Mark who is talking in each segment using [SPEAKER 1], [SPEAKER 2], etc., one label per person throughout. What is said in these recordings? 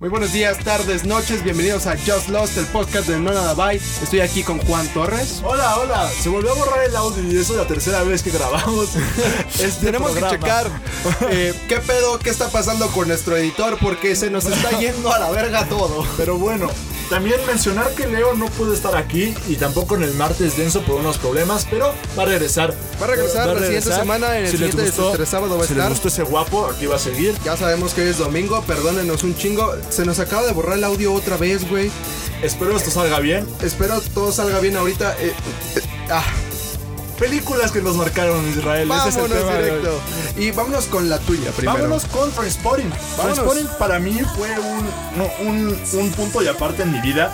[SPEAKER 1] Muy buenos días, tardes, noches, bienvenidos a Just Lost, el podcast de No Nada Bye. Estoy aquí con Juan Torres.
[SPEAKER 2] Hola, hola. Se volvió a borrar el audio y eso es la tercera vez que grabamos. este
[SPEAKER 1] Tenemos
[SPEAKER 2] programa.
[SPEAKER 1] que checar eh, qué pedo, qué está pasando con nuestro editor, porque se nos está yendo a la verga todo.
[SPEAKER 2] Pero bueno, también mencionar que Leo no pudo estar aquí y tampoco en el martes denso por unos problemas, pero va a regresar.
[SPEAKER 1] Va a regresar la siguiente semana, en el
[SPEAKER 2] les
[SPEAKER 1] siguiente este sábado va a
[SPEAKER 2] si les
[SPEAKER 1] estar.
[SPEAKER 2] gustó ese guapo, aquí va a seguir.
[SPEAKER 1] Ya sabemos que hoy es domingo, perdónenos un chingo. Se nos acaba de borrar el audio otra vez, güey.
[SPEAKER 2] Espero esto salga bien.
[SPEAKER 1] Espero todo salga bien ahorita. eh, eh, ah,
[SPEAKER 2] Películas que nos marcaron Israel. ese es el
[SPEAKER 1] vámonos
[SPEAKER 2] tema de hoy.
[SPEAKER 1] directo. Y vámonos con la tuya primero.
[SPEAKER 2] Vámonos con Transporting. Transporting para mí fue un, no, un, un punto y aparte en mi vida,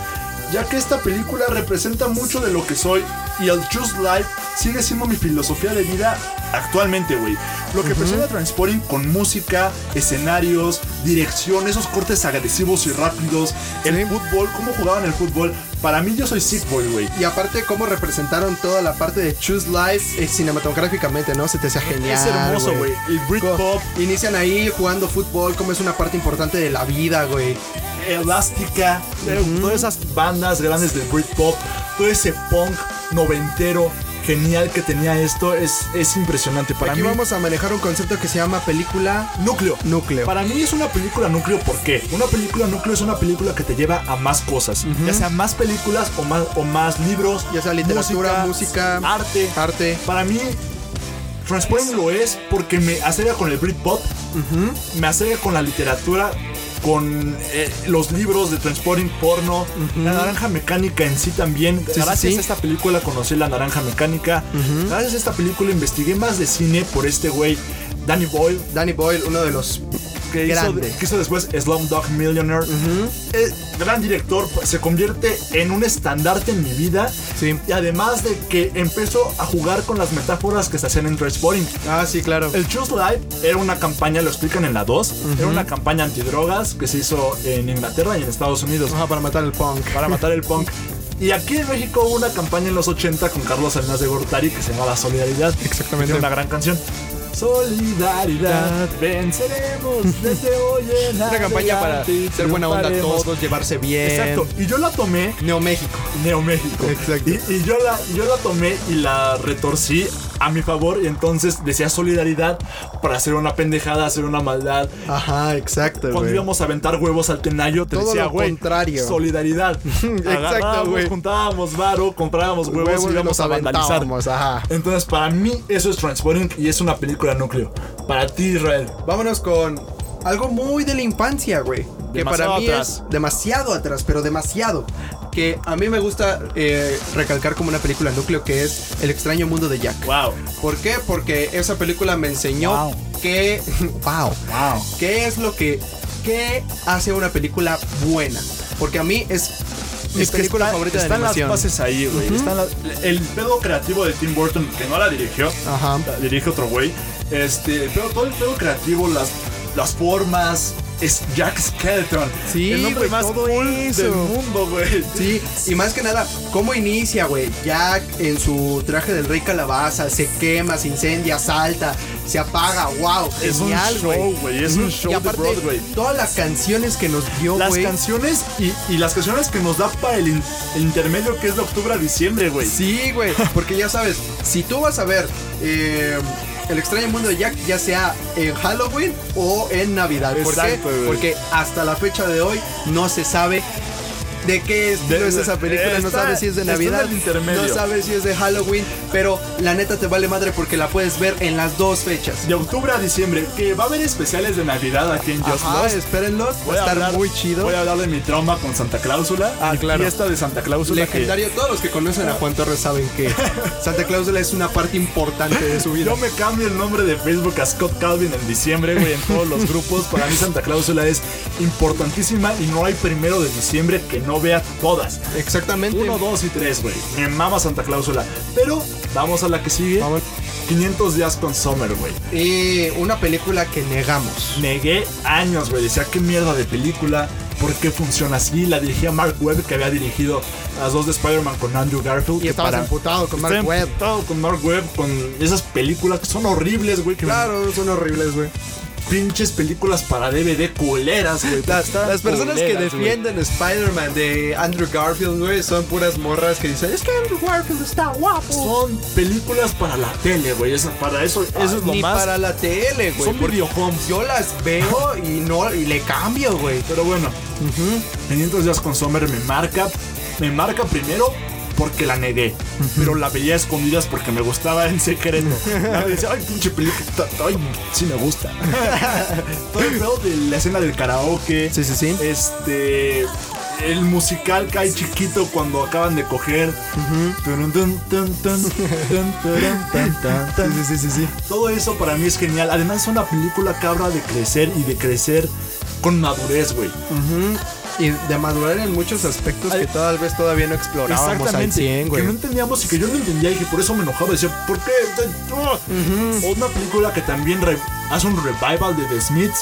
[SPEAKER 2] ya que esta película representa mucho de lo que soy y el Choose Life sigue siendo mi filosofía de vida actualmente, güey. Lo que presenta Transporting con música, escenarios, dirección, esos cortes agresivos y rápidos, el fútbol, cómo jugaban el fútbol. Para mí yo soy sick boy, güey.
[SPEAKER 1] Y aparte, cómo representaron toda la parte de Choose Life eh, cinematográficamente, ¿no? Se te hacía genial.
[SPEAKER 2] Es hermoso, güey. El
[SPEAKER 1] Co-
[SPEAKER 2] Britpop,
[SPEAKER 1] Inician ahí jugando fútbol, como es una parte importante de la vida, güey.
[SPEAKER 2] Elástica, eh, todas esas bandas grandes del Britpop, todo ese punk noventero genial que tenía esto es, es impresionante para
[SPEAKER 1] Aquí
[SPEAKER 2] mí.
[SPEAKER 1] vamos a manejar un concepto que se llama película
[SPEAKER 2] Núcleo.
[SPEAKER 1] núcleo.
[SPEAKER 2] Para mí es una película núcleo, ¿por qué? Una película núcleo es una película que te lleva a más cosas, ya sea más películas o más, o más libros,
[SPEAKER 1] Ya sea literatura, música,
[SPEAKER 2] arte.
[SPEAKER 1] arte.
[SPEAKER 2] Para mí, Transporting lo es porque me acerca con el Britpop, me acerca con la literatura, con eh, los libros de Transporting porno, la naranja mecánica en sí también.
[SPEAKER 1] sí,
[SPEAKER 2] Gracias
[SPEAKER 1] sí.
[SPEAKER 2] a esta película conocí la naranja mecánica. Gracias a esta película investigué más de cine por este güey, Danny Boyle
[SPEAKER 1] Danny Boyle, uno de los
[SPEAKER 2] que hizo,
[SPEAKER 1] Grande.
[SPEAKER 2] que hizo después Slumdog Millionaire. Eh, gran director, se convierte en un estandarte en mi vida.
[SPEAKER 1] Sí.
[SPEAKER 2] Y además de que empezó a jugar con las metáforas que se hacían en Transporting.
[SPEAKER 1] Ah, sí, claro.
[SPEAKER 2] El Choose Life era una campaña, lo explican en la 2, era una campaña antidrogas que se hizo en Inglaterra y en Estados Unidos
[SPEAKER 1] Ajá, para matar el punk.
[SPEAKER 2] para matar el punk. Y aquí en México hubo una campaña en los 80 con Carlos Salinas de Gortari que se llama La Solidaridad.
[SPEAKER 1] Exactamente.
[SPEAKER 2] Tiene una gran canción. Solidaridad, venceremos desde hoy en
[SPEAKER 1] Una campaña para
[SPEAKER 2] adelante,
[SPEAKER 1] ser buena onda a
[SPEAKER 2] triunfaremos.
[SPEAKER 1] todos, llevarse bien.
[SPEAKER 2] Exacto. Y yo la tomé
[SPEAKER 1] Neo México.
[SPEAKER 2] Neo México.
[SPEAKER 1] Exacto.
[SPEAKER 2] Y, y yo, la, yo la tomé y la retorcí a mi favor y entonces decía solidaridad para hacer una pendejada, hacer una maldad.
[SPEAKER 1] Ajá, exacto,
[SPEAKER 2] Cuando íbamos a aventar huevos al tenayo, te
[SPEAKER 1] Todo
[SPEAKER 2] decía,
[SPEAKER 1] lo
[SPEAKER 2] güey,
[SPEAKER 1] contrario".
[SPEAKER 2] solidaridad. Agarrábamos,
[SPEAKER 1] güey.
[SPEAKER 2] Juntábamos varo, comprábamos huevos, y íbamos a vandalizar.
[SPEAKER 1] ajá.
[SPEAKER 2] Entonces, para mí, eso es Transporting y es una película núcleo. Para ti, Israel.
[SPEAKER 1] Vámonos con algo muy de la infancia, güey. Que
[SPEAKER 2] Demasiado
[SPEAKER 1] para mí
[SPEAKER 2] atrás.
[SPEAKER 1] es demasiado atrás, pero demasiado. Que a mí me gusta eh, recalcar como una película núcleo que es El extraño mundo de Jack.
[SPEAKER 2] Wow.
[SPEAKER 1] ¿Por qué? Porque esa película me enseñó
[SPEAKER 2] Wow.
[SPEAKER 1] que. ¡Wow!
[SPEAKER 2] Wow.
[SPEAKER 1] ¿Qué es lo que. ¿Qué hace una película buena? Porque a mí es. Mi
[SPEAKER 2] Es que
[SPEAKER 1] película
[SPEAKER 2] está-
[SPEAKER 1] favorita de
[SPEAKER 2] están
[SPEAKER 1] animación.
[SPEAKER 2] las bases ahí, güey. Están la- el pedo creativo de Tim Burton, que no la dirigió,
[SPEAKER 1] Ajá.
[SPEAKER 2] la dirige otro güey. Este, pero todo el pedo creativo, las, las formas, es Jack Skeleton.
[SPEAKER 1] Sí,
[SPEAKER 2] el nombre
[SPEAKER 1] güey,
[SPEAKER 2] más
[SPEAKER 1] todo
[SPEAKER 2] cool
[SPEAKER 1] eso.
[SPEAKER 2] del mundo, güey.
[SPEAKER 1] Sí, y más que nada, ¿cómo inicia, güey? Jack en su traje del rey calabaza, se quema, se incendia, salta, se apaga, wow,
[SPEAKER 2] Es un
[SPEAKER 1] genial,
[SPEAKER 2] show, güey. Es un show
[SPEAKER 1] Y
[SPEAKER 2] de
[SPEAKER 1] aparte,
[SPEAKER 2] Broadway.
[SPEAKER 1] todas las canciones que nos dio,
[SPEAKER 2] Las
[SPEAKER 1] güey.
[SPEAKER 2] canciones y, y las canciones que nos da para el, in- el intermedio que es de octubre a diciembre, güey.
[SPEAKER 1] Sí, güey, porque ya sabes, si tú vas a ver eh, El extraño mundo de Jack, ya sea en Halloween o en Navidad. ¿Por
[SPEAKER 2] Exacto,
[SPEAKER 1] qué?
[SPEAKER 2] güey.
[SPEAKER 1] Porque hasta la fecha de hoy no se sabe. ¿De qué es,
[SPEAKER 2] De-
[SPEAKER 1] no es esa película? no
[SPEAKER 2] está-
[SPEAKER 1] sabes si es de
[SPEAKER 2] está en el
[SPEAKER 1] Navidad,
[SPEAKER 2] intermedio.
[SPEAKER 1] no sabes si es de Halloween, pero la neta te vale madre porque la puedes ver en las dos fechas.
[SPEAKER 2] De octubre a diciembre, que va a haber especiales de Navidad aquí en Just
[SPEAKER 1] Ajá,
[SPEAKER 2] Lost.
[SPEAKER 1] espérenlos, va
[SPEAKER 2] Voy
[SPEAKER 1] a
[SPEAKER 2] a
[SPEAKER 1] estar
[SPEAKER 2] hablar-
[SPEAKER 1] muy chido.
[SPEAKER 2] Voy a hablar de mi trauma con Santa Cláusula.
[SPEAKER 1] Ah,
[SPEAKER 2] mi
[SPEAKER 1] claro.
[SPEAKER 2] Fiesta de Santa Cláusula. que
[SPEAKER 1] Legendario, todos los que conocen a Juan Torres saben que Santa Clausula es una parte importante de su vida.
[SPEAKER 2] Yo me cambio el nombre de Facebook a Scott Calvin en diciembre, güey, en todos los grupos. Para mí Santa Cláusula es importantísima y no hay primero de diciembre que no vea todas.
[SPEAKER 1] Exactamente.
[SPEAKER 2] Uno, dos y tres, güey. Me mama Santa Cláusula. Pero vamos a la que sigue.
[SPEAKER 1] Vamos.
[SPEAKER 2] 500 días con Summer, güey.
[SPEAKER 1] Y una película que negamos.
[SPEAKER 2] Negué años, güey. Decía, qué mierda de película. ¿Por qué funciona así? La dirigía Mark Webb, que había dirigido las dos de Spider-Man con Andrew Garfield.
[SPEAKER 1] Y
[SPEAKER 2] que
[SPEAKER 1] estabas
[SPEAKER 2] para-
[SPEAKER 1] emputado con Mark
[SPEAKER 2] Estoy
[SPEAKER 1] Webb.
[SPEAKER 2] emputado con Mark Webb, con esas películas que son horribles, güey. Que me
[SPEAKER 1] son horribles, güey.
[SPEAKER 2] pinches películas para DVD culeras, güey.
[SPEAKER 3] Las,
[SPEAKER 2] Están
[SPEAKER 3] las personas que
[SPEAKER 2] culeras, güey.
[SPEAKER 3] defienden Spider-Man de Andrew Garfield, güey, son puras morras que dicen, es que Andrew Garfield está guapo.
[SPEAKER 2] Son películas para la tele, güey. Eso, para eso, eso es lo
[SPEAKER 3] Ah, Ni
[SPEAKER 2] más.
[SPEAKER 3] para la tele, güey.
[SPEAKER 2] son
[SPEAKER 3] porque
[SPEAKER 2] videohomes.
[SPEAKER 1] Yo las veo y no y le cambio, güey.
[SPEAKER 2] Pero bueno, 500 días con Sommer me marca. Me marca primero porque la negué. Pero la veía a escondidas porque me gustaba en secreto. Me decía, ay, pinche película. ta- ta- Ay, sí me gusta. Todo el pedo de la escena del karaoke.
[SPEAKER 1] Sí, sí,
[SPEAKER 3] Eh,
[SPEAKER 1] sí.
[SPEAKER 2] Este. El musical que hay chiquito cuando acaban de coger. Turun, tun, tun, tun, tun, turun, tan, tan, tan.
[SPEAKER 3] Sí, sí, sí, sí.
[SPEAKER 2] Todo eso para mí es genial. Además, es una película que habla de crecer y de crecer con madurez, güey.
[SPEAKER 1] Y de madurar en muchos aspectos
[SPEAKER 3] Que
[SPEAKER 1] que
[SPEAKER 3] tal vez todavía no explorábamos al 100,
[SPEAKER 2] que
[SPEAKER 3] güey.
[SPEAKER 2] no entendíamos y que yo no entendía y que por eso me enojaba. Decía, ¿por qué? Ah. Una película que también re- hace un revival de The Smiths,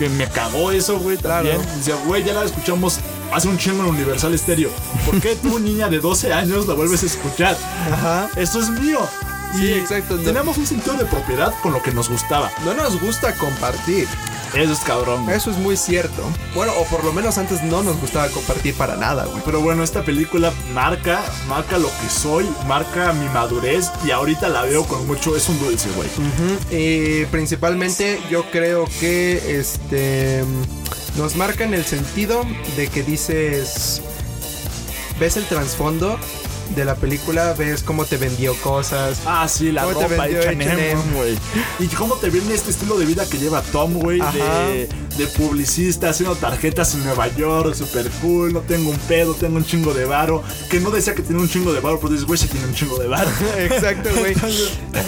[SPEAKER 2] que me cagó eso, güey, también. Decía, güey, ya la escuchamos hace un chingo en Universal Stereo. ¿Por qué tú, niña de 12 años, la vuelves a escuchar?
[SPEAKER 3] Ajá.
[SPEAKER 2] Esto es mío.
[SPEAKER 3] Sí, exacto, no.
[SPEAKER 2] Tenemos un sentido de propiedad con lo que nos gustaba.
[SPEAKER 3] No nos gusta compartir.
[SPEAKER 2] Eso es cabrón. güey.
[SPEAKER 3] Eso es muy cierto. Bueno, o por lo menos antes no nos gustaba compartir para nada, güey.
[SPEAKER 2] Pero bueno, esta película marca, marca lo que soy, marca mi madurez y ahorita la veo con mucho, es un dulce, güey.
[SPEAKER 1] Y principalmente yo creo que este nos marca en el sentido de que dices ves el trasfondo de la película, ves cómo te vendió cosas.
[SPEAKER 2] Ah, sí, la
[SPEAKER 1] ¿Cómo te
[SPEAKER 2] ropa
[SPEAKER 1] vendió
[SPEAKER 2] H&M,
[SPEAKER 1] H&M?
[SPEAKER 2] güey. Y cómo te viene este estilo de vida que lleva Tom, güey,
[SPEAKER 1] Ajá.
[SPEAKER 2] de, de publicista, haciendo tarjetas en Nueva York, super cool, no tengo un pedo, tengo un chingo de varo. Que no decía que tenía un chingo de varo, pero dices, güey, sí tiene un chingo de varo.
[SPEAKER 1] Exacto, güey.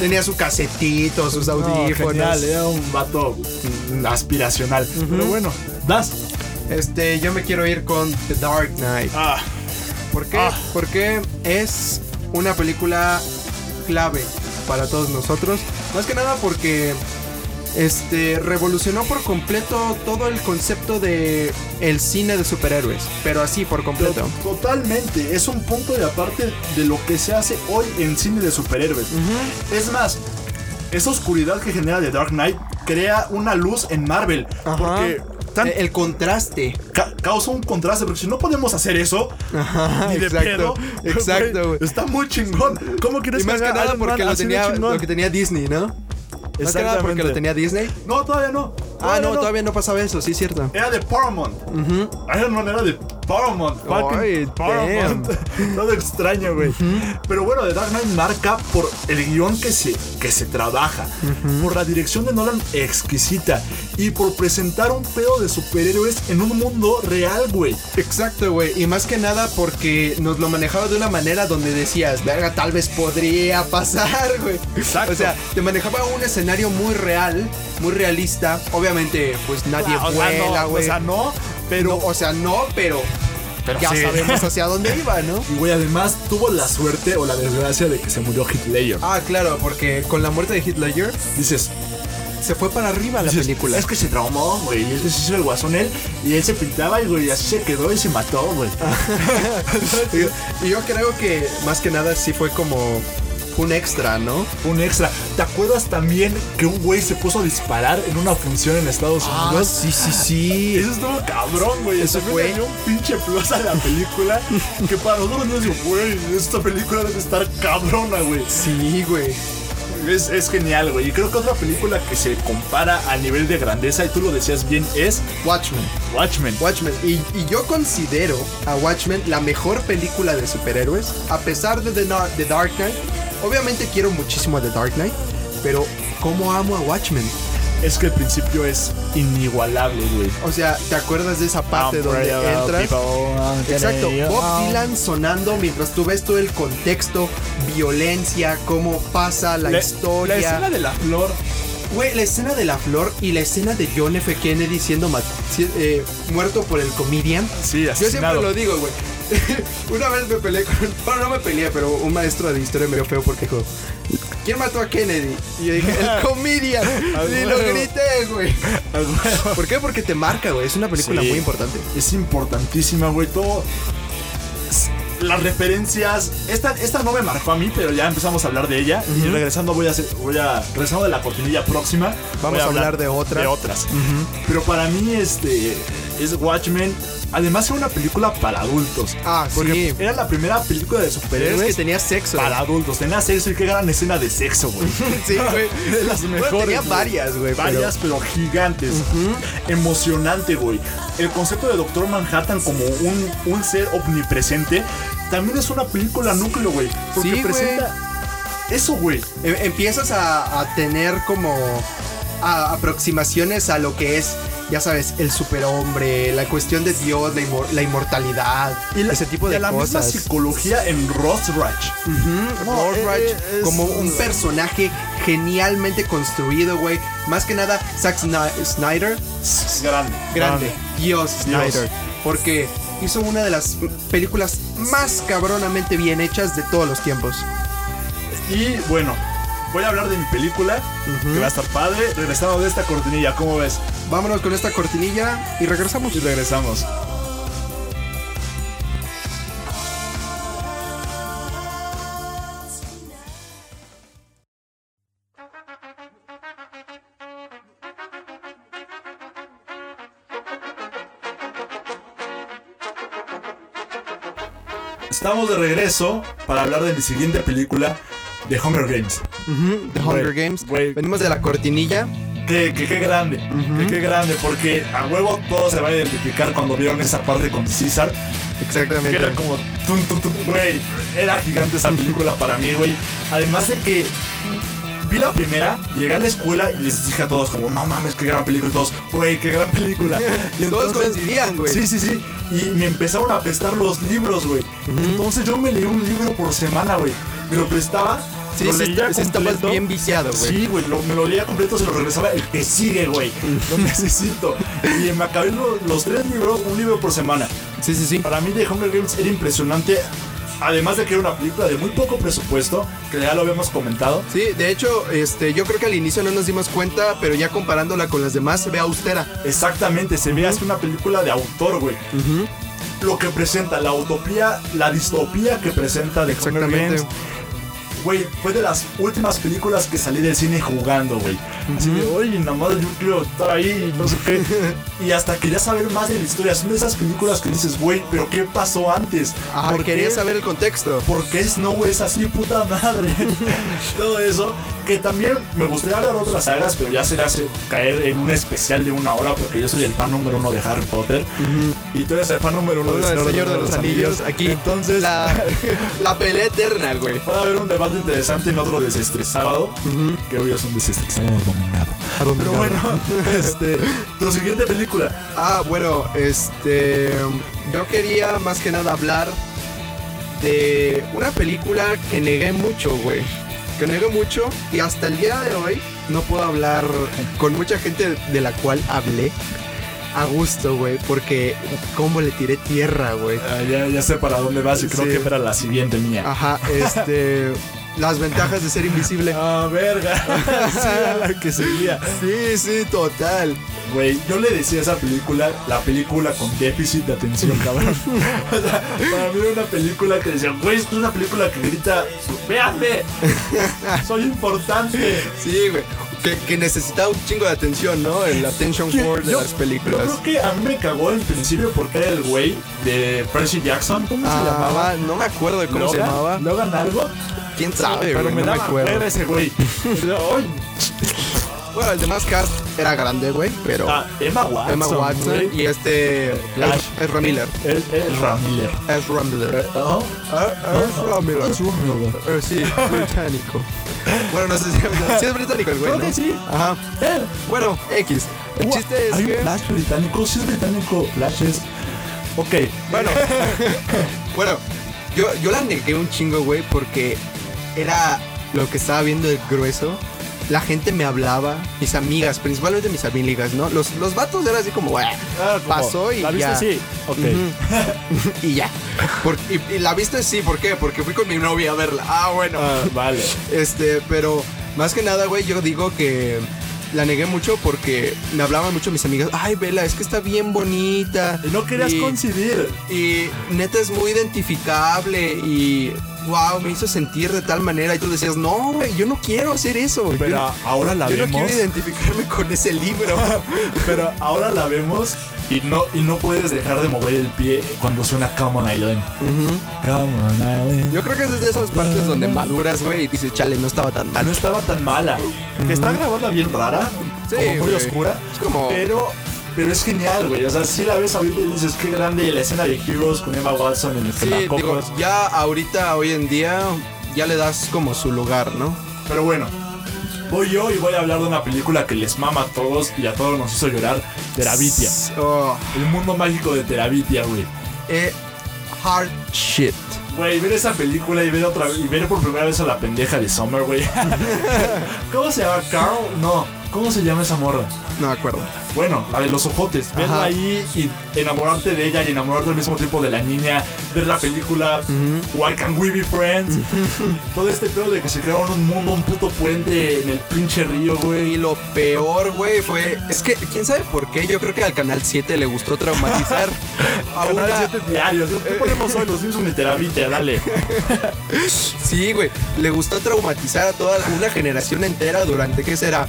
[SPEAKER 1] Tenía su casetito, sus audífonos.
[SPEAKER 2] genial, eh. era un vato mm, aspiracional. Pero bueno, das.
[SPEAKER 1] Este, yo me quiero ir con The Dark Knight.
[SPEAKER 2] Ah,
[SPEAKER 1] ¿Por qué?
[SPEAKER 2] Ah.
[SPEAKER 1] Porque es una película clave para todos nosotros. Más que nada porque este revolucionó por completo todo el concepto de el cine de superhéroes, pero así por
[SPEAKER 2] to-
[SPEAKER 1] completo.
[SPEAKER 2] totalmente, es un punto de aparte de lo que se hace hoy en cine de superhéroes. Es más, esa oscuridad que genera The Dark Knight crea una luz en Marvel.
[SPEAKER 1] Ajá.
[SPEAKER 2] Porque tan-
[SPEAKER 1] El- el contraste.
[SPEAKER 2] ca- causa un contraste. Porque si no podemos hacer eso, ni de
[SPEAKER 1] exacto,
[SPEAKER 2] pedo,
[SPEAKER 1] exacto, güey.
[SPEAKER 2] Está muy chingón. ¿Cómo quieres
[SPEAKER 1] Y más
[SPEAKER 2] haga
[SPEAKER 1] que nada
[SPEAKER 2] Iron Man
[SPEAKER 1] porque lo
[SPEAKER 2] así de
[SPEAKER 1] tenía,
[SPEAKER 2] chingón?
[SPEAKER 1] lo que tenía Disney, ¿no? Más que nada porque lo
[SPEAKER 2] Exactamente.
[SPEAKER 1] tenía Disney.
[SPEAKER 2] No, todavía no.
[SPEAKER 1] Ah, no, todavía no pasaba eso, sí, cierto.
[SPEAKER 2] Era de Paramount. Iron Man era de Paramount. fucking
[SPEAKER 1] Ay,
[SPEAKER 2] Paramount. Todo extraño, güey. Pero bueno, The Dark Knight marca por el guión que se, que se trabaja, por la dirección de Nolan exquisita y por presentar un pedo de superhéroes en un mundo real, güey.
[SPEAKER 1] Exacto, güey. Y más que nada porque nos lo manejaba de una manera donde decías, verga, tal vez podría pasar, güey.
[SPEAKER 2] Exacto.
[SPEAKER 1] O sea, te manejaba un escenario muy real, muy realista. Obviamente, pues nadie
[SPEAKER 2] Ah, o sea, no,
[SPEAKER 1] vuela,
[SPEAKER 2] o
[SPEAKER 1] güey.
[SPEAKER 2] sea, no, pero.
[SPEAKER 1] No, o sea, no, pero, ya
[SPEAKER 2] sí.
[SPEAKER 1] sabemos hacia dónde iba, ¿no?
[SPEAKER 2] Y, güey, además tuvo la suerte o la desgracia de que se murió Hitler.
[SPEAKER 1] Ah, claro, porque con la muerte de Hitler
[SPEAKER 2] Dices,
[SPEAKER 1] se fue para arriba la
[SPEAKER 2] Dices,
[SPEAKER 1] película.
[SPEAKER 2] Es que se traumó, güey. y Es que se hizo el guasón él. Y él se pintaba y, güey, así se quedó y se mató, güey.
[SPEAKER 1] Y yo creo que más que nada sí fue como un extra, ¿no?
[SPEAKER 2] Un extra. ¿Te acuerdas también que un güey se puso a disparar en una función en Estados Unidos?
[SPEAKER 1] Ah, sí, sí, sí.
[SPEAKER 2] Eso estuvo cabrón, güey. Eso
[SPEAKER 1] fue.
[SPEAKER 2] fue un pinche plus a la película. que para nosotros nos dijo, güey, esta película debe estar cabrona, güey.
[SPEAKER 1] Sí, güey.
[SPEAKER 2] Es, es genial, güey. Y creo que otra película que se compara a nivel de grandeza, y tú lo decías bien, es
[SPEAKER 1] Watchmen.
[SPEAKER 2] Watchmen.
[SPEAKER 1] Watchmen. Y, y yo considero a Watchmen la mejor película de superhéroes, a pesar de The, Na- The Dark Knight. Obviamente quiero muchísimo a The Dark Knight, pero ¿cómo amo a Watchmen?
[SPEAKER 2] Es que el principio es inigualable, güey.
[SPEAKER 1] O sea, ¿te acuerdas de esa parte donde entras?
[SPEAKER 2] oh,
[SPEAKER 1] Exacto, Bob Dylan sonando mientras tú ves todo el contexto, violencia, cómo pasa la,
[SPEAKER 2] La,
[SPEAKER 1] historia.
[SPEAKER 2] la escena de la flor.
[SPEAKER 1] Güey, la escena de la flor y la escena de John F. Kennedy siendo mat- si- eh, muerto por el comedian.
[SPEAKER 2] Sí,
[SPEAKER 1] Yo siempre
[SPEAKER 2] asesinado.
[SPEAKER 1] lo digo, güey. Una vez me peleé con. Bueno, no me peleé, pero un maestro de historia me dio feo porque dijo: ¿Quién mató a Kennedy? Y yo dije: El comedian.
[SPEAKER 2] A
[SPEAKER 1] y lo
[SPEAKER 2] Ah, huevo.
[SPEAKER 1] grité, güey.
[SPEAKER 2] A huevo.
[SPEAKER 1] ¿Por qué? Porque te marca, güey. Es una película
[SPEAKER 2] Sí.
[SPEAKER 1] muy importante.
[SPEAKER 2] Es importantísima, güey. Todo. las referencias. Esta, esta no me marcó a mí, pero ya empezamos a hablar de ella. Y regresando, voy a, hacer- voy a. Regresando de la cortinilla próxima.
[SPEAKER 4] Vamos
[SPEAKER 2] voy
[SPEAKER 4] a hablar de otras.
[SPEAKER 2] De otras. Pero para mí, este. Es Watchmen. Además, era una película para adultos.
[SPEAKER 4] Ah,
[SPEAKER 2] Porque
[SPEAKER 4] sí.
[SPEAKER 2] Era la primera película
[SPEAKER 4] Pero
[SPEAKER 2] de
[SPEAKER 4] es que
[SPEAKER 2] superhéroes
[SPEAKER 4] tenía sexo.
[SPEAKER 2] para adultos. Tenía sexo y qué gran escena de sexo, güey.
[SPEAKER 4] Sí, güey.
[SPEAKER 2] De las
[SPEAKER 4] Bueno,
[SPEAKER 2] mejores.
[SPEAKER 4] tenía
[SPEAKER 2] güey.
[SPEAKER 4] varias, güey. pero-
[SPEAKER 2] Varias, pero, gigantes. Emocionante, güey. El concepto de Doctor Manhattan como un, un ser omnipresente también es una película núcleo, güey. Porque
[SPEAKER 4] Sí, güey.
[SPEAKER 2] presenta eso, güey.
[SPEAKER 1] Em- empiezas a, a tener como a- aproximaciones a lo que es, ya sabes, el superhombre, la cuestión de Dios, la, inmor- la inmortalidad,
[SPEAKER 2] Y la-
[SPEAKER 4] Ese tipo de
[SPEAKER 2] y la
[SPEAKER 4] cosas.
[SPEAKER 2] misma psicología en Rorschach. No,
[SPEAKER 4] Rorschach,
[SPEAKER 2] eh, eh, es-
[SPEAKER 4] como
[SPEAKER 1] un
[SPEAKER 4] un
[SPEAKER 1] personaje genialmente construido, güey. Más que nada, Zack Sni- Snyder,
[SPEAKER 2] es grande.
[SPEAKER 1] grande,
[SPEAKER 2] Ah,
[SPEAKER 1] Dios,
[SPEAKER 2] Dios.
[SPEAKER 1] Snyder, porque hizo una de las películas más cabronamente bien hechas de todos los tiempos.
[SPEAKER 2] Y bueno, voy a hablar de mi película, que va a estar padre, regresando de esta cortinilla, ¿cómo ves?
[SPEAKER 1] Vámonos con esta cortinilla y regresamos.
[SPEAKER 2] Y regresamos. Estamos de regreso para hablar de mi siguiente película, The Hunger Games.
[SPEAKER 1] The Hunger
[SPEAKER 2] Güey,
[SPEAKER 1] Games.
[SPEAKER 2] güey.
[SPEAKER 1] Venimos de la cortinilla.
[SPEAKER 2] Que, que, que grande, que, que grande, porque a huevo todos se van a identificar cuando vieron esa parte con César. Que
[SPEAKER 1] Exactamente.
[SPEAKER 2] era como, tun, tun, tun, güey, era gigante esa película para mí, güey. Además de que vi la primera, llegué a la escuela y les dije a todos como, no mames, qué gran película, y todos, güey, qué gran película. Y
[SPEAKER 1] Todos
[SPEAKER 2] entonces-
[SPEAKER 1] coincidían, güey.
[SPEAKER 2] Sí, sí, sí. Y me empezaron a prestar los libros, güey. Entonces yo me leí un libro por semana, güey. Me lo prestaba.
[SPEAKER 1] Sí,
[SPEAKER 2] lo
[SPEAKER 1] sí,
[SPEAKER 2] leía
[SPEAKER 1] sí estabas
[SPEAKER 2] completo.
[SPEAKER 1] bien viciado, güey.
[SPEAKER 2] Sí, güey, lo- me lo leía completo, se lo regresaba el que sigue, güey. Lo necesito. Y me acabé lo- los tres libros, un libro por semana.
[SPEAKER 1] Sí, sí, sí.
[SPEAKER 2] Para mí The Hunger Games era impresionante, además de que era una película de muy poco presupuesto, que ya lo habíamos comentado.
[SPEAKER 1] Sí, de hecho, este, yo creo que al inicio no nos dimos cuenta, pero ya comparándola con las demás se ve austera.
[SPEAKER 2] Exactamente, se ve así una película de autor, güey. Lo que presenta, la utopía, la distopía que presenta The Hunger
[SPEAKER 1] Exactamente.
[SPEAKER 2] Games. Güey, fue de las últimas películas que salí del cine jugando, güey. Así de, oye, nada más yo quiero estar ahí y no sé qué. y hasta quería saber más de la historia. Son de esas películas que dices, güey, pero ¿qué pasó antes?
[SPEAKER 1] Ah,
[SPEAKER 2] ¿Por
[SPEAKER 1] quería
[SPEAKER 2] qué?
[SPEAKER 1] saber el contexto.
[SPEAKER 2] ¿Por qué Snow es así, puta madre? Todo eso. Que también me gustaría hablar de otras sagas, pero ya se le hace caer en un especial de una hora, porque yo soy el fan número uno de Harry Potter. Y tú eres el fan número uno
[SPEAKER 1] Uno
[SPEAKER 2] del
[SPEAKER 1] del
[SPEAKER 2] Señor, de los, Anillos.
[SPEAKER 1] aquí.
[SPEAKER 2] Entonces,
[SPEAKER 1] La, la pelea eterna, güey.
[SPEAKER 2] va a haber un debate interesante en otro desestresado. Que hoy es un desestresado abominado. Pero bueno, este, tu siguiente película.
[SPEAKER 1] Ah, bueno, este. Yo quería más que nada hablar de una película que negué mucho, güey. Que negué mucho y hasta el día de hoy no puedo hablar con mucha gente de la cual hablé a gusto, güey, porque cómo le tiré tierra, güey.
[SPEAKER 2] Ah, ya, ya sé para dónde vas y creo
[SPEAKER 1] Sí.
[SPEAKER 2] que para la siguiente mía.
[SPEAKER 1] Ajá, este. las ventajas de ser invisible.
[SPEAKER 2] Ah, verga. sí, a la que seguía.
[SPEAKER 1] Sí, sí, total.
[SPEAKER 2] Güey, yo le decía a esa película, la película con déficit de atención, cabrón. o sea, para mí era una película que decía, güey, esto es una película que grita, véanme, soy importante.
[SPEAKER 1] Sí, güey. Que, que necesitaba un chingo de atención, ¿no? El attention
[SPEAKER 2] Que
[SPEAKER 1] core de
[SPEAKER 2] yo-
[SPEAKER 1] las
[SPEAKER 2] Yo
[SPEAKER 1] películas.
[SPEAKER 2] creo que a mí me cagó al principio porque era el güey de Percy Jackson, ¿cómo se llamaba?
[SPEAKER 1] Ah, no me acuerdo de cómo se
[SPEAKER 2] ¿Logan?
[SPEAKER 1] llamaba.
[SPEAKER 2] ¿Logan algo?
[SPEAKER 1] ¿Quién sabe,
[SPEAKER 2] Pero
[SPEAKER 1] güey?
[SPEAKER 2] me
[SPEAKER 1] No me
[SPEAKER 2] daba
[SPEAKER 1] acuerdo.
[SPEAKER 2] era ese güey. Ay,
[SPEAKER 1] Bueno, el demás cast era grande, güey, pero
[SPEAKER 2] ah, Emma Watson.
[SPEAKER 1] Emma Watson
[SPEAKER 2] güey.
[SPEAKER 1] y este...
[SPEAKER 2] Flash.
[SPEAKER 1] Es Ramiller.
[SPEAKER 2] El, el Ramiller. Ah,
[SPEAKER 1] Es Ramiller.
[SPEAKER 2] ¿No? ah,
[SPEAKER 1] Es Ramiller. Eh, Sí, británico. Bueno, no sé si sí es británico el güey,
[SPEAKER 2] Creo
[SPEAKER 1] ¿no?
[SPEAKER 2] que sí.
[SPEAKER 1] Ajá.
[SPEAKER 2] Eh,
[SPEAKER 1] Bueno, X. El
[SPEAKER 2] Ua-
[SPEAKER 1] chiste es
[SPEAKER 2] Hay
[SPEAKER 1] que...
[SPEAKER 2] un Flash británico, sí es británico, Flash es. Ok,
[SPEAKER 1] Bueno, bueno, yo, yo la negué un chingo, güey, porque era lo que estaba viendo el grueso. La gente me hablaba, mis amigas, principalmente mis amigas, ¿no? Los, los vatos eran así como, "Ah, pasó y
[SPEAKER 2] ¿La viste
[SPEAKER 1] ya.
[SPEAKER 2] así? Ok.
[SPEAKER 1] Y ya. Por- y, y la viste sí, ¿por qué? Porque fui con mi novia a verla. Ah, bueno.
[SPEAKER 2] Ah, vale.
[SPEAKER 1] Este, pero más que nada, güey, yo digo que la negué mucho porque me hablaban mucho mis amigas. Ay, vela, es que está bien bonita.
[SPEAKER 2] Y no querías
[SPEAKER 1] Y-
[SPEAKER 2] coincidir.
[SPEAKER 1] Y neta es muy identificable y wow, me hizo sentir de tal manera. Y tú decías, no, güey, yo no quiero hacer eso. Yo
[SPEAKER 2] Pero
[SPEAKER 1] no-
[SPEAKER 2] ahora la
[SPEAKER 1] yo no
[SPEAKER 2] vemos.
[SPEAKER 1] quiero identificarme con ese libro.
[SPEAKER 2] Pero ahora la vemos y no, y no puedes dejar de mover el pie cuando suena Come on Island. Come on Island.
[SPEAKER 1] Yo creo que es de esas partes donde maduras, güey, y dices, chale, no estaba tan
[SPEAKER 2] Ah,
[SPEAKER 1] mal.
[SPEAKER 2] No estaba tan mala. Está grabada bien rara,
[SPEAKER 1] Sí,
[SPEAKER 2] como muy
[SPEAKER 1] güey.
[SPEAKER 2] oscura.
[SPEAKER 1] Es como-
[SPEAKER 2] Pero, pero es genial, güey. O sea, si la ves ahorita y dices qué grande la escena de Heroes con Emma Watson en el
[SPEAKER 1] Sí, digo,
[SPEAKER 2] Penacocos.
[SPEAKER 1] ya ahorita, hoy en día, ya le das como su lugar, ¿no?
[SPEAKER 2] Pero bueno, voy yo y voy a hablar de una película que les mama a todos y a todos nos hizo llorar: Terabitia.
[SPEAKER 1] Oh,
[SPEAKER 2] El mundo mágico de Terabitia, güey.
[SPEAKER 1] eh, hard shit.
[SPEAKER 2] Güey, ver esa película y ver otra y ver por primera vez a la pendeja de Summer, güey. ¿Cómo se llama? Carl? No. ¿Cómo se llama esa morra?
[SPEAKER 1] No me acuerdo.
[SPEAKER 2] Bueno, la de los ojotes. Verla
[SPEAKER 1] Ajá.
[SPEAKER 2] ahí y enamorarte de ella y enamorarte al mismo tiempo de la niña. Ver la película Why Can We Be Friends. Todo este pedo de que se crearon un mundo, un puto puente en el pinche río,
[SPEAKER 1] Y
[SPEAKER 2] güey.
[SPEAKER 1] lo peor, güey, fue. Es que, quién sabe por qué. Yo creo que al Canal 7 le gustó traumatizar a
[SPEAKER 2] Canal
[SPEAKER 1] una.
[SPEAKER 2] siete diarios. ¿Qué ponemos hoy? Los Simpsons de Terabitia, dale.
[SPEAKER 1] Sí, güey. Le gustó traumatizar a toda una generación entera durante, ¿qué será?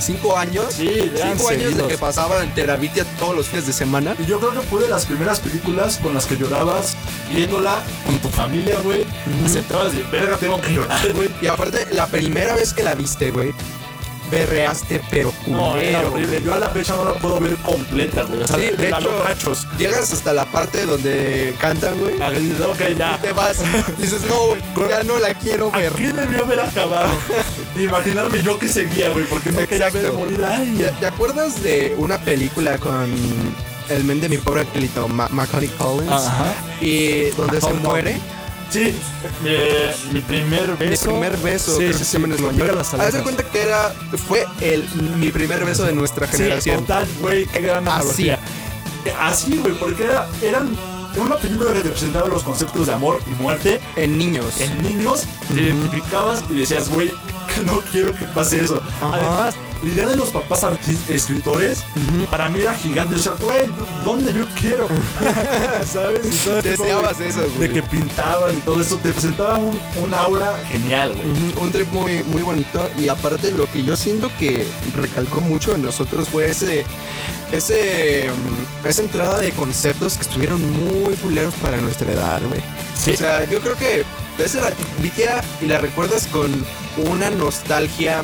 [SPEAKER 1] ¿Cinco años?
[SPEAKER 2] Sí, eran
[SPEAKER 1] Cinco años de
[SPEAKER 2] seguidos.
[SPEAKER 1] que pasaba en Terabitia todos los fines de semana.
[SPEAKER 2] Y yo creo que fue de las primeras películas con las que llorabas viéndola con tu familia, güey. Aceptabas de verga, tengo que llorar, güey.
[SPEAKER 1] Y aparte, la primera vez que la viste, güey, berreaste, pero
[SPEAKER 2] No, era
[SPEAKER 1] culero,
[SPEAKER 2] horrible. Yo a la fecha no la puedo ver completa, güey. O sea,
[SPEAKER 1] Sí,
[SPEAKER 2] de
[SPEAKER 1] de
[SPEAKER 2] la
[SPEAKER 1] hecho,
[SPEAKER 2] borrachos.
[SPEAKER 1] Llegas hasta la parte donde cantan, güey.
[SPEAKER 2] Ah, dices, Ok, ya.
[SPEAKER 1] Te vas. Dices, no, güey, ya no la quiero ver.
[SPEAKER 2] ¿Qué debió haber acabado? Imaginarme yo que seguía, güey, porque no quería ver
[SPEAKER 1] Exacto.
[SPEAKER 2] morir. Ay,
[SPEAKER 1] ¿Te, te acuerdas de una película con el men de mi pobre angelito, Ma- Macaulay Collins?
[SPEAKER 2] Ajá.
[SPEAKER 1] Y donde se
[SPEAKER 2] Macaulay
[SPEAKER 1] muere.
[SPEAKER 2] Sí, eh, mi primer
[SPEAKER 1] Mi
[SPEAKER 2] beso.
[SPEAKER 1] primer beso,
[SPEAKER 2] Sí,
[SPEAKER 1] creo
[SPEAKER 2] sí,
[SPEAKER 1] que se
[SPEAKER 2] sí,
[SPEAKER 1] llama en español.
[SPEAKER 2] Llega a las
[SPEAKER 1] Haz de
[SPEAKER 2] alturas.
[SPEAKER 1] cuenta que era, fue el, mi primer beso de nuestra
[SPEAKER 2] Sí,
[SPEAKER 1] generación.
[SPEAKER 2] total, güey, qué gran
[SPEAKER 1] Así.
[SPEAKER 2] analogía. Así, güey, porque era, eran era una película que representaba los conceptos de amor y muerte
[SPEAKER 1] en niños.
[SPEAKER 2] en niños, te identificabas y decías, güey, que no quiero que pase eso.
[SPEAKER 1] Ajá.
[SPEAKER 2] Además, la idea de los papás arti- escritores, para mí era gigante. O sea, güey, ¿dónde yo quiero? ¿Sabes? Y todo este
[SPEAKER 1] Deseabas
[SPEAKER 2] tipo de-
[SPEAKER 1] eso,
[SPEAKER 2] De
[SPEAKER 1] güey.
[SPEAKER 2] que pintaban y todo eso, te presentaba un, un aura genial, güey.
[SPEAKER 1] Ujú, Un trip muy, muy bonito y aparte lo que yo siento que recalcó mucho en nosotros fue ese, ese, mm, esa entrada de conceptos que estuvieron muy culeros para nuestra edad, güey.
[SPEAKER 2] Sí.
[SPEAKER 1] O sea, yo creo que ves a la Vitia y la recuerdas con una nostalgia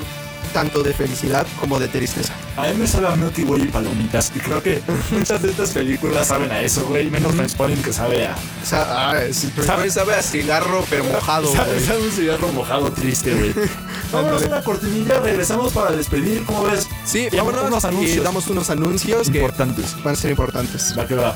[SPEAKER 1] tanto de felicidad como de tristeza.
[SPEAKER 2] A mí me sabe a Milky Way y palomitas. Y creo que muchas de estas películas saben a eso, güey. Menos Transponen que sabe a.
[SPEAKER 1] O sea, ah, sí, pero
[SPEAKER 2] Sabe-
[SPEAKER 1] sabe a cigarro pero mojado,
[SPEAKER 2] Sabe,
[SPEAKER 1] güey.
[SPEAKER 2] sabe un cigarro mojado triste, güey. Vámonos a la cortinilla, regresamos para despedir. ¿Cómo ves?
[SPEAKER 1] Sí,
[SPEAKER 2] Y
[SPEAKER 1] vámonos
[SPEAKER 2] unos
[SPEAKER 1] y
[SPEAKER 2] anuncios
[SPEAKER 1] damos unos anuncios que
[SPEAKER 2] importantes.
[SPEAKER 1] van a ser importantes.
[SPEAKER 2] Va que va.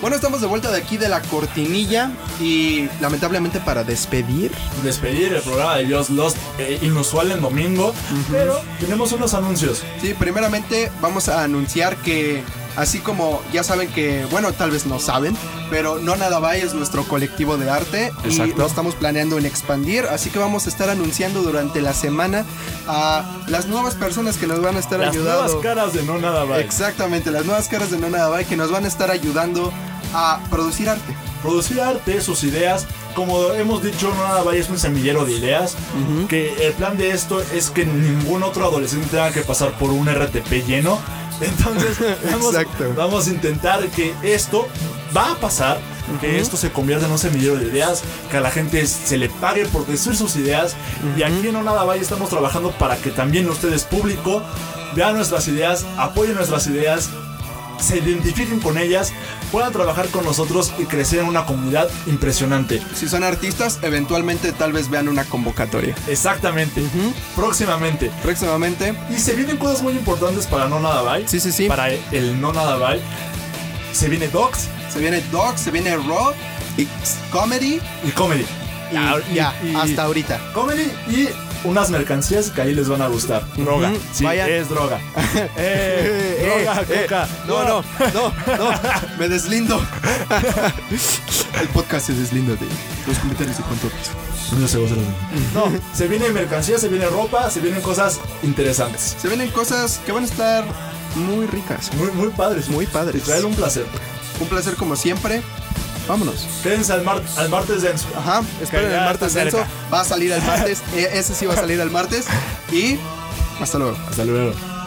[SPEAKER 1] Bueno, estamos de vuelta de aquí de la cortinilla y lamentablemente para despedir.
[SPEAKER 2] Despedir el programa de Just Lost, eh, inusual en domingo. Pero tenemos unos anuncios.
[SPEAKER 1] Sí, primeramente vamos a anunciar que así como ya saben que, bueno, tal vez no saben, pero No Nada Bay es nuestro colectivo de arte y
[SPEAKER 2] Exacto.
[SPEAKER 1] lo estamos planeando en expandir, así que vamos a estar anunciando durante la semana a las nuevas personas que nos van a estar
[SPEAKER 2] Las nuevas
[SPEAKER 1] ayudando.
[SPEAKER 2] caras de No Nada Bye.
[SPEAKER 1] Exactamente, las nuevas caras de No Nada Bay que nos van a estar ayudando a producir arte.
[SPEAKER 2] producir arte, sus ideas. Como hemos dicho, No Nada Valle es un semillero de ideas. Que el plan de esto es que ningún otro adolescente tenga que pasar por un RTP lleno. Entonces, vamos,
[SPEAKER 1] Exacto.
[SPEAKER 2] vamos a intentar que esto va a pasar. Que esto se convierta en un semillero de ideas, que a la gente se le pague por decir sus ideas. Y aquí en No Nada Valle estamos trabajando para que también ustedes, público, vean nuestras ideas, apoyen nuestras ideas se identifiquen con ellas, puedan trabajar con nosotros y crecer en una comunidad impresionante.
[SPEAKER 1] Si son artistas, eventualmente tal vez vean una convocatoria.
[SPEAKER 2] Exactamente. Próximamente.
[SPEAKER 1] Próximamente
[SPEAKER 2] Y se vienen cosas muy importantes para No Nada Bye.
[SPEAKER 1] Sí, sí, sí.
[SPEAKER 2] Para el No Nada Bye. Se viene Docs
[SPEAKER 1] se viene Dog, se viene Rock y Comedy.
[SPEAKER 2] y Comedy.
[SPEAKER 1] Y
[SPEAKER 2] Ah, y-
[SPEAKER 1] ya,
[SPEAKER 2] y-
[SPEAKER 1] hasta ahorita.
[SPEAKER 2] Comedy y unas mercancías que ahí les van a gustar. Droga.
[SPEAKER 1] Ujú,
[SPEAKER 2] Sí,
[SPEAKER 1] vayan.
[SPEAKER 2] es droga. eh, droga,
[SPEAKER 1] eh,
[SPEAKER 2] coca.
[SPEAKER 1] no, no, no, no, me deslindo. El podcast se deslinda de los comentarios y controles.
[SPEAKER 2] No se No, se viene mercancía, se viene ropa, se vienen cosas interesantes.
[SPEAKER 1] Se vienen cosas que van a estar muy ricas.
[SPEAKER 2] Muy, muy padres.
[SPEAKER 1] Muy
[SPEAKER 2] Y
[SPEAKER 1] padres.
[SPEAKER 2] traer un placer.
[SPEAKER 1] Un placer como siempre. Vámonos.
[SPEAKER 2] Quédense al, mar- al martes denso.
[SPEAKER 1] Ajá, esperen
[SPEAKER 5] Que ya
[SPEAKER 1] el martes
[SPEAKER 5] está
[SPEAKER 1] denso.
[SPEAKER 5] cerca.
[SPEAKER 1] Va a salir el martes. e- Ese sí va a salir el martes. Y hasta luego.
[SPEAKER 2] Hasta luego.